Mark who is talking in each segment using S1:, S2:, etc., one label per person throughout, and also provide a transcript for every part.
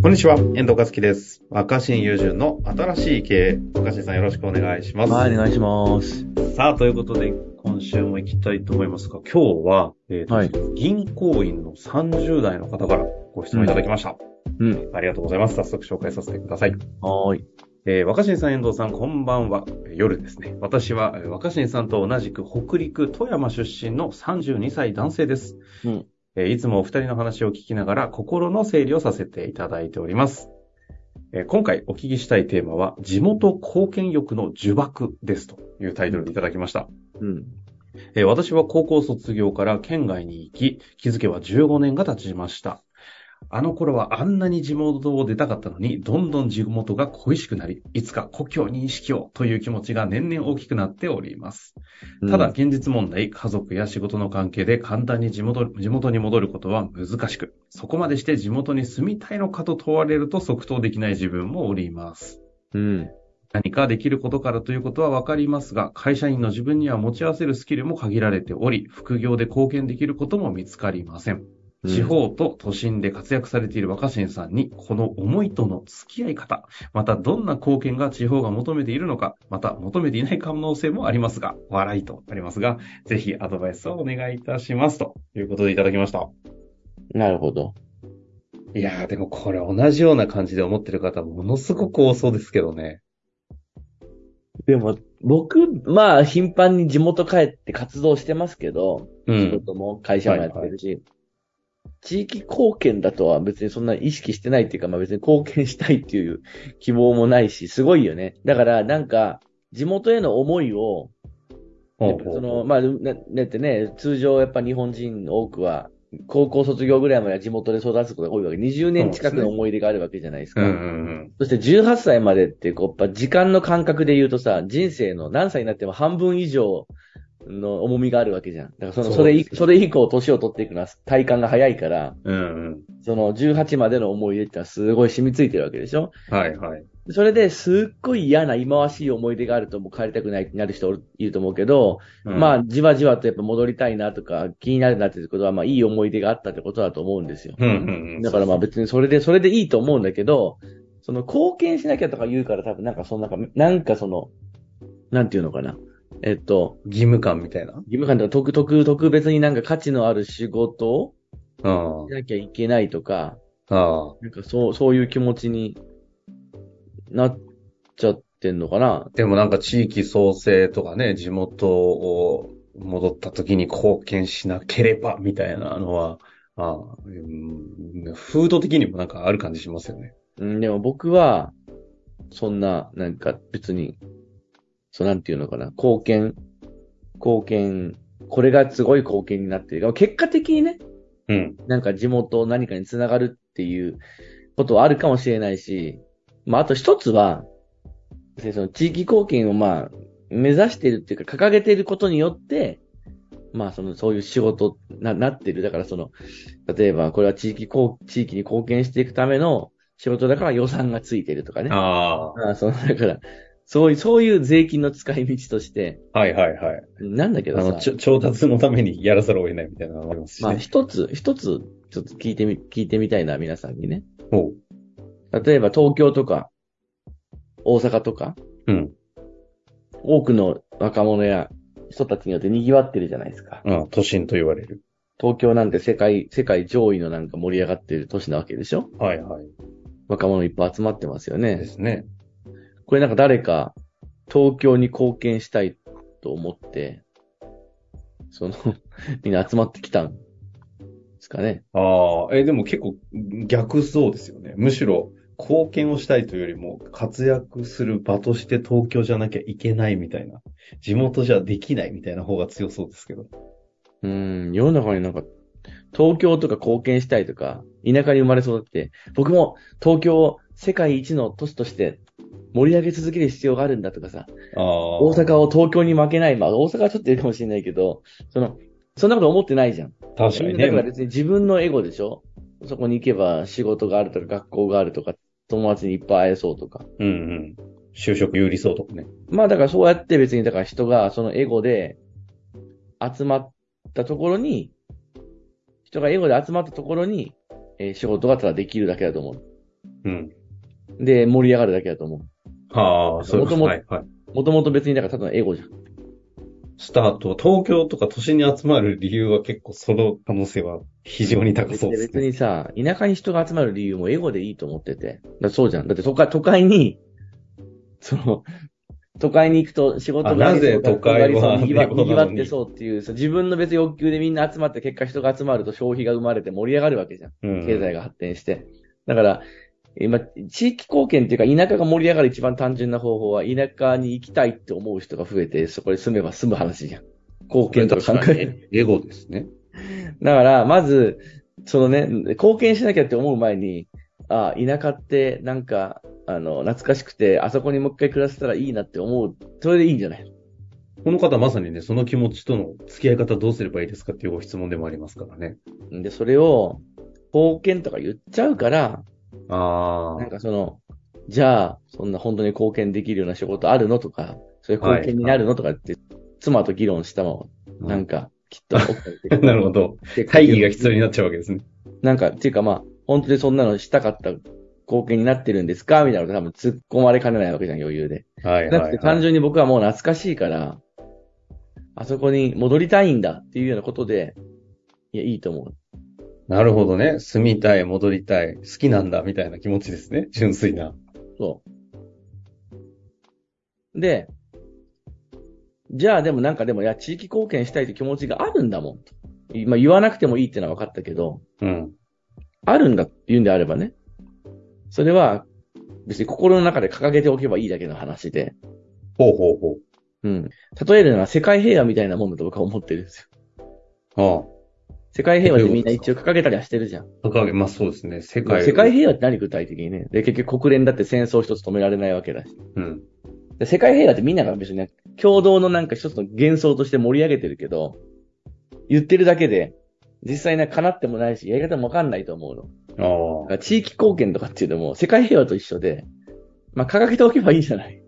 S1: こんにちは、遠藤和樹です。若新友人の新しい経営。若新さんよろしくお願いします。
S2: はい、お願いします。
S1: さあ、ということで、今週も行きたいと思いますが、今日は、えーと
S2: はい
S1: 銀行員の30代の方からご質問いただきました。
S2: うん。
S1: ありがとうございます。早速紹介させてください。
S2: はーい。
S1: えー若新さん、遠藤さん、こんばんは。えー夜ですね。私は、えー若新さんと同じく北陸、富山出身の32歳男性です。
S2: うん
S1: えーいつもお二人の話を聞きながら、心の整理をさせていただいております。えー今回お聞きしたいテーマは、地元貢献欲の呪縛ですというタイトルでいただきました。
S2: うん。
S1: えー私は高校卒業から県外に行き、気づけば15年が経ちました。あの頃はあんなに地元を出たかったのに、どんどん地元が恋しくなり、いつか故郷に意識をという気持ちが年々大きくなっております。ただ、現実問題、家族や仕事の関係で簡単に地元地元に戻ることは難しく、そこまでして地元に住みたいのかと問われると即答できない自分もおります。
S2: うん。
S1: 何かできることからということはわかりますが、会社員の自分には持ち合わせるスキルも限られており、副業で貢献できることも見つかりません。
S2: うん
S1: 地方と都心で活躍されている若新さんに、この思いとの付き合い方、またどんな貢献が地方が求めているのか、また求めていない可能性もありますが、笑いとありますが、ぜひアドバイスをお願いいたします。ということでいただきました。
S2: なるほど。
S1: いやー、でもこれ同じような感じで思ってる方ものすごく多そうですけどね。
S2: でも、僕、まあ、頻繁に地元帰って活動してますけど、
S1: う
S2: 仕
S1: ん。
S2: 事も会社もやってるし、地域貢献だとは別にそんな意識してないっていうか、まあ別に貢献したいっていう希望もないし、すごいよね。だから、なんか、地元への思いを、やっぱその、まあ、なだってね、通常やっぱ日本人の多くは、高校卒業ぐらいまでは地元で育つことが多いわけ。20年近くの思い出があるわけじゃないです
S1: う
S2: か。
S1: んうんうん。
S2: そして18歳までって、こう、やっぱ時間の感覚で言うとさ、人生の何歳になっても半分以上の重みがあるわけじゃん。だからその、
S1: そ
S2: そうれ
S1: です
S2: 以、それ以降年を取っていくのは体感が早いから、
S1: うん
S2: その18までの思い出ってのはすごい染みついてるわけでしょ
S1: うん。はいはい。
S2: それですっごい嫌な忌まわしい思い出があるともう帰りたくないってなる人おるいると思うけど、ま
S1: あ、
S2: あ、じわじわとやっぱ戻りたいなとか、気になるなっていうことは、まあ、いい思い出があったってことだと思うんですよ。
S1: うんうんうん。
S2: だからまあ別にそれで、それでいいと思うんだけど、その貢献しなきゃとか言うから多分なんかそのなんか、なんかその、なんていうのかな。えっと、
S1: 義務感みたいな。
S2: 義務感とか特、特、特別になんか価値のある仕事を
S1: うん
S2: し。なきゃいけないとか、
S1: ああ。
S2: なんかそう、そういう気持ちになっちゃってんのかな。
S1: でもなんか地域創生とかね、地元を戻った時に貢献しなければみたいなのは、ああうん、風土的にもなんかある感じしますよね。
S2: うん、でも僕は、そんな、なんか別に、そうなんていうのかな、貢献、貢献、これがすごい貢献になっている。結果的にね、
S1: うん。
S2: なんか地元何かにつながるっていうことはあるかもしれないし、まああと一つは、でその地域貢献をまあ、目指しているっていうか掲げていることによって、まあその、そういう仕事な、なってる。だからその、例えばこれは地域貢、地域に貢献していくための仕事だから予算がついてるとかね。
S1: あ
S2: ああその、だから、そういう、そういう税金の使い道として、
S1: あ。はいはいはい。
S2: なんだけ
S1: あ
S2: どさ。
S1: の、ちょ調達のためにやらざるを得ないみたいなのもありますし
S2: まあ
S1: ね。
S2: 一つ、一つ、ちょっと聞いてみ、聞いてみたいな、皆さんにね。
S1: おう
S2: 例えば東京とか、大阪とか、
S1: うん。
S2: 多くの若者や人たちによって賑わってるじゃないですか。
S1: うん。都心と言われる。
S2: 東京なんて世界、世界上位のなんか盛り上がってる都市なわけでしょ
S1: はいはい。
S2: 若者いっぱい集まってますよ
S1: で
S2: ね。
S1: すね。
S2: これなんか誰か、東京に貢献したいと思って、その、 みんな集まってきたんですかね。
S1: ああ、え、でも結構逆そうですよね。むしろ貢献をしたいというよりも活躍する場として東京じゃなきゃいけないみたいな、地元じゃできないみたいな方が強そうですけど。
S2: うん、世の中になんか、東京とか貢献したいとか、田舎に生まれ育って、僕も東京を世界一の都市として盛り上げ続ける必要があるんだとかさ、
S1: ああ、
S2: 大阪を東京に負けない、まあ大阪はちょっといるかもしれないけど、その、そんなこと思ってないじゃん。
S1: 確かに
S2: だか
S1: ね。
S2: ら別に自分のエゴでしょそこに行けば仕事があるとか学校があるとか、友達にいっぱい会えそうとか。
S1: うんうん。就職有利そうとかね。
S2: まあだからそうやって別にだから人がそのエゴで集まったところに、人がエゴで集まったところに、えー仕事がただできるだけだと思う。
S1: うん。
S2: で、盛り上がるだけだと思
S1: はあ、そういうこと。
S2: 元々
S1: はい、はい。
S2: う。もともと別にだからただのエゴじゃん。
S1: スタート、東京とか都心に集まる理由は結構その可能性は非常に高そうです
S2: 別
S1: ね。
S2: にさ、田舎に人が集まる理由もエゴでいいと思ってて。だってそうじゃん。だって都会、都会に、その、都会に行くと仕事が
S1: あなぜ都会は
S2: にぎわ
S1: エゴなのに
S2: にぎわってそうっていうさ、自分の別に欲求でみんな集まって結果人が集まると消費が生まれて盛り上がるわけじゃん。
S1: うん
S2: 経済が発展して。だから、今、地域貢献っていうか、田舎が盛り上がる一番単純な方法は、田舎に行きたいって思う人が増えて、そこに住めば住む話じゃん。貢献とか考えて。
S1: エゴですね。
S2: だから、まず、そのね、貢献しなきゃって思う前に、あ田舎ってなんか、あの、懐かしくて、あそこにもう一回暮らせたらいいなって思う。それでいいんじゃない
S1: この方まさにね、その気持ちとの付き合い方どうすればいいですかっていうご質問でもありますからね。
S2: で、それを、貢献とか言っちゃうから、
S1: あ
S2: なんかその、じゃあ、そんな本当に貢献できるような仕事あるのとか、そういう貢献になるのとかって、妻と議論したま
S1: うん
S2: ま、な んか、きっと奥さんって、
S1: あ。なるほど。 会議が必要になっちゃうわけですね。
S2: なんか、っていうかまあ、本当にそんなのしたかった貢献になってるんですかみたいなこと多分突っ込まれかねないわけじゃん、余裕で。
S1: はい
S2: な
S1: は
S2: く
S1: い、
S2: て単
S1: はい。
S2: 純に僕はもう懐かしいから、あそこに戻りたいんだっていうようなことで、いや、いいと思
S1: なるほどね。住みたい、戻りたい、好きなんだ、みたいな気持ちですね。純粋な。
S2: う。そう。で、じゃあでもなんかでも、いや、地域貢献したいという気持ちがあるんだもん。今言わなくてもいいっていうのは分かったけど、
S1: うん。
S2: あるんだって言うんであればね。それは、別に心の中で掲げておけばいいだけの話で。
S1: ほうほうほう。
S2: うん。例えるなら世界平和みたいなもんだと僕は思ってるんですよ。
S1: あ
S2: 世界平和ってみんな一応掲げたりはしてるじゃん。
S1: あ。掲げ、まあそうですね。世界を。
S2: 世界平和って何具体的にね。で、結局国連だって戦争一つ止められないわけだし。
S1: うん。
S2: で世界平和ってみんなが別にね、共同のなんか一つの幻想として盛り上げてるけど、言ってるだけで、実際ね、叶ってもないし、やり方もわかんないと思うの。
S1: ああ
S2: だか。ら地域貢献とかっていうのも、世界平和と一緒で、まあ、掲げておけばいいじゃない。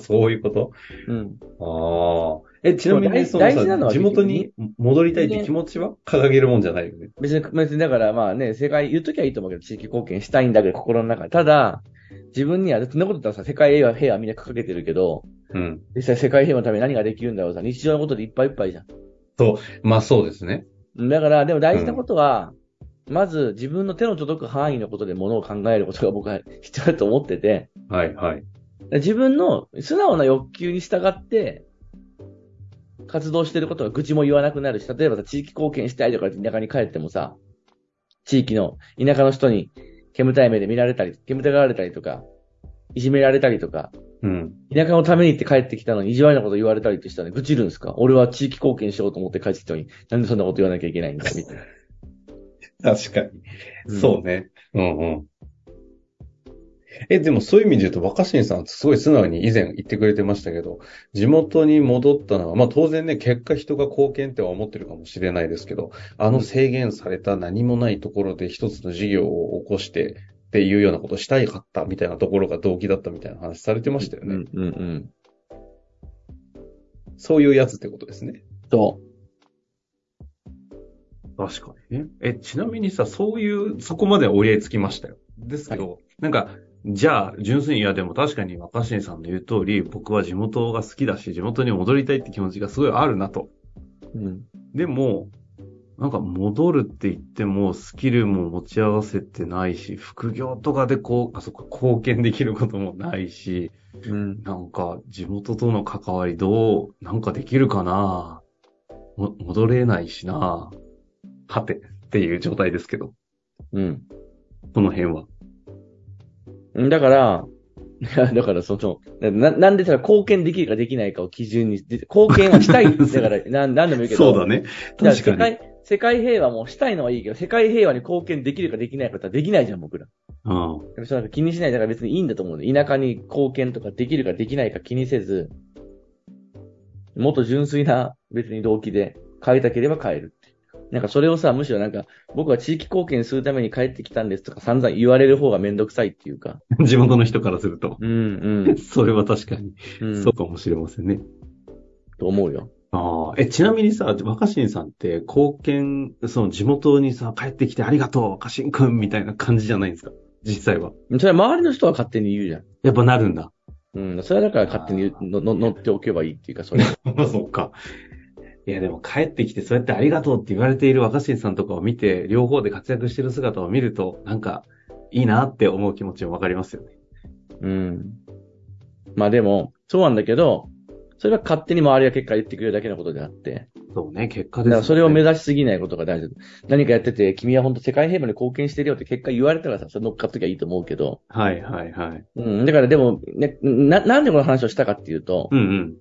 S1: そういうこと
S2: うん。
S1: ああ。え、ちなみに、
S2: 大
S1: その
S2: 大事なの
S1: さ、
S2: は
S1: 地元に戻りたいって気持ちは掲げるもんじゃないよね。
S2: 別に、別にだからまあね、世界、言っときゃいいと思うけど、地域貢献したいんだけど、心の中で。ただ、自分には、そんなこと言ったらさ、世界平和、平和みんな掲げてるけど、
S1: うん。
S2: 実際世界平和のために何ができるんだろうさ、日常のことでいっぱいいっぱいじゃ
S1: まあそうですね。
S2: ん。だから、でも大事なことは、まず自分の手の届く範囲のことでものを考えることが僕は必要だと思ってて、
S1: はい、はい。
S2: 自分の素直な欲求に従って、活動してることが愚痴も言わなくなるし、例えばさ、地域貢献したいとか田舎に帰ってもさ、地域の、田舎の人に煙たい目で見られたり、煙たがられたりとか、いじめられたりとか、
S1: うん。
S2: 田舎のためにって帰ってきたのに意地悪なこと言われたりとしたら愚痴るんですか俺は地域貢献しようと思って帰ってきたのに、なんでそんなこと言わなきゃいけないんだみたいな。
S1: 確かに。
S2: うん
S1: そうね。うんうん。え、でもそういう意味で言うと、若新さん、すごい素直に以前言ってくれてましたけど、地元に戻ったのは、まあ当然ね、結果人が貢献っては思ってるかもしれないですけど、あの制限された何もないところで一つの事業を起こしてっていうようなことをしたいかったみたいなところが動機だったみたいな話されてましたよ
S2: うん
S1: ね。
S2: うんうん。
S1: そういうやつってことですね。
S2: そ
S1: 確かにね。え、ちなみにさ、そういう、そこまでは折り合いつきましたよ。ですけど、なんか、じゃあ、純粋に、いやでも確かに若新さんの言う通り、僕は地元が好きだし、地元に戻りたいって気持ちがすごいあるなと。
S2: う。うん。
S1: でも、なんか戻るって言っても、スキルも持ち合わせてないし、副業とかでこう、あそこ貢献できることもないし、
S2: うん。
S1: なんか地元との関わりどう、なんかできるかなも戻れないしなはてっていう状態ですけど、
S2: う
S1: この辺は。
S2: ん。だから、 いやだからその、な、なんでたら貢献できるかできないかを基準に、で貢献はした い。だから、なん、なんでもいいけど。
S1: そうだ。ね。
S2: だから
S1: 確か
S2: 世
S1: に。
S2: 界、世界平和もしたいのはいいけど、世界平和に貢献できるかできないかってできないじゃん、僕ら。
S1: うん。
S2: そうなんか気にしない。だから別にいいんだと思うの。田舎に貢献とかできるかできないか気にせず、もっと純粋な別に動機で変えたければ変えるっていう。なんかそれをさ、むしろなんか、僕は地域貢献するために帰ってきたんですとか散々言われる方がめんどくさいっていうか。
S1: 地元の人からすると。
S2: うん、
S1: それは確かに、
S2: うん。う ん、
S1: そうかもしれませんね。
S2: と思うよ。
S1: ああ、え、ちなみにさ、若新さんって貢献、その地元にさ、帰ってきてありがとう、若新くんみたいな感じじゃないんですか実際は。
S2: それは周りの人は勝手に言うじゃん。
S1: やっぱなるんだ。
S2: うん。それはだから勝手にのの乗っておけばいいっていうか、それ。
S1: そっか。いや、でも帰ってきて、そうやってありがとうって言われている若新さんとかを見て、両方で活躍してる姿を見ると、なんか、いいなって思う気持ちもわかりますよね。
S2: うん。まあでも、そうなんだけど、それは勝手に周りが結果言ってくれるだけのことであって、
S1: そうね、結果で
S2: だ
S1: す、
S2: からそれを目
S1: 指
S2: 指しすぎないことが大事だ。何かやってて、君は本当世界平和に貢献してるよって結果言われたらさ、それ乗っかっときゃいいと思うけど、
S1: はいはいはい。
S2: うん、だからでも、ね、な、なんでこの話をしたかっていうと、
S1: うんうん。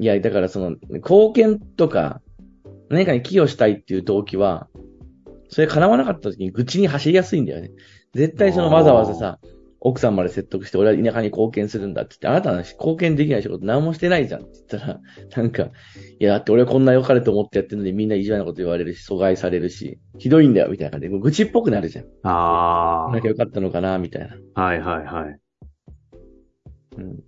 S2: いや、だからその、貢献とか、何かに寄与したいっていう動機は、それ叶わなかった時に愚痴に走りやすいんだよね。絶対そのわざわざさ、奥さんまで説得して俺は田舎に貢献するんだって言って、あなたの貢献できない仕事何もしてないじゃんって言ったら、なんか、いや、だって俺はこんな良かれと思ってやってるのにみんな意地悪なこと言われるし、阻害されるし、ひどいんだよみたいな感じで、愚痴っぽくなるじゃん。
S1: あ
S2: なんか良かったのかなみたいな。
S1: あ、はいはいはい。
S2: うん。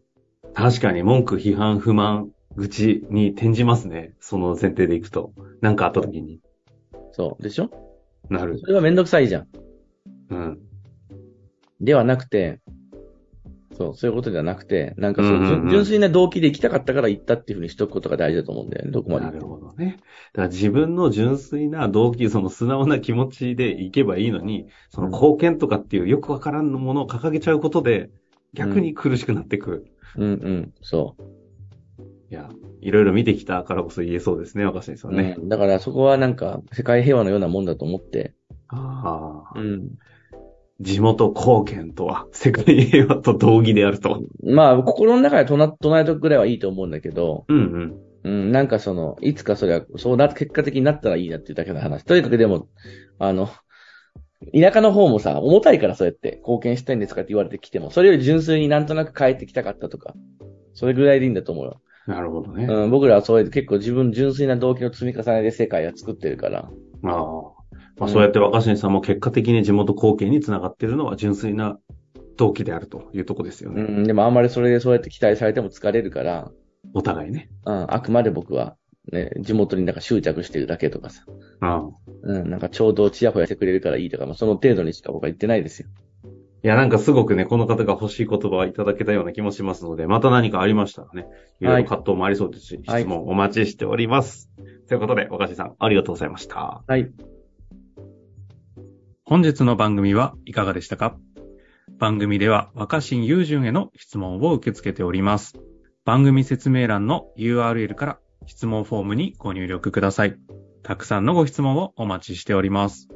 S1: 確かに文句、批判、不満、愚痴に転じますね。その前提でいくと。なんかあった時に。
S2: そう。でしょ
S1: なる
S2: そ。れはめんどくさいじゃん。
S1: うん。
S2: ではなくて、そう、そういうことじゃなくて、なんかそう、
S1: うんうんうん
S2: 純粋な動機で行きたかったから行ったっていうふうにしとくことが大事だと思うんだよね、どこまで
S1: な
S2: 行って
S1: る
S2: も。
S1: ほどね。だから自分の純粋な動機、その素直な気持ちでいけばいいのに、その貢献とかっていうよくわからんものを掲げちゃうことで、逆に苦しくなってくる。
S2: うんうん、そう。
S1: いや、いろいろ見てきたからこそ言えそうですね、若新さんね。
S2: うんだからそこはなんか、世界平和のようなもんだと思って、
S1: ああ、
S2: ん。
S1: 地元貢献とは、世界平和と同義であると。
S2: まあ、心の中で唱唱えとくぐらいはいいと思うんだけど、
S1: うんうん。
S2: うん、なんかその、いつかそれは、そうな、結果的になったらいいなっていうだけの話。とにかくでも、あの、田舎の方もさ、重たいからそうやって貢献したいんですかって言われてきても、それより純粋になんとなく帰ってきたかったとか、それぐらいでいいんだと思うよ。
S1: なるほどね。
S2: うん、僕らはそうやって結構自分純粋な動機の積み重ねで世界は作ってるから。
S1: ああ。まあそうやって若新さんも結果的に地元貢献につながっているのは純粋な動機であるというとこですよ
S2: う
S1: ね。
S2: ん、でもあんまりそれでそうやって期待されても疲れるから、
S1: お互いね。
S2: うん、あくまで僕は、ね、地元になんか執着してるだけとかさ、
S1: ああ。
S2: うん、なんかちょうどちやほやしてくれるからいいとか、まあ、その程度にしか僕は言ってないですよ。
S1: いや、なんかすごくね、この方が欲しい言葉をいただけたような気もしますので、また何かありましたらね、いろいろ葛藤もありそうですし、
S2: はい
S1: 質問お待ちしております。ということで、若新さん、ありがとうございました。
S2: はい。
S1: 本日の番組はいかがでしたか番組では若新雄純への質問を受け付けております。番組説明欄の URL から質問フォームにご入力ください。たくさんのご質問をお待ちしております。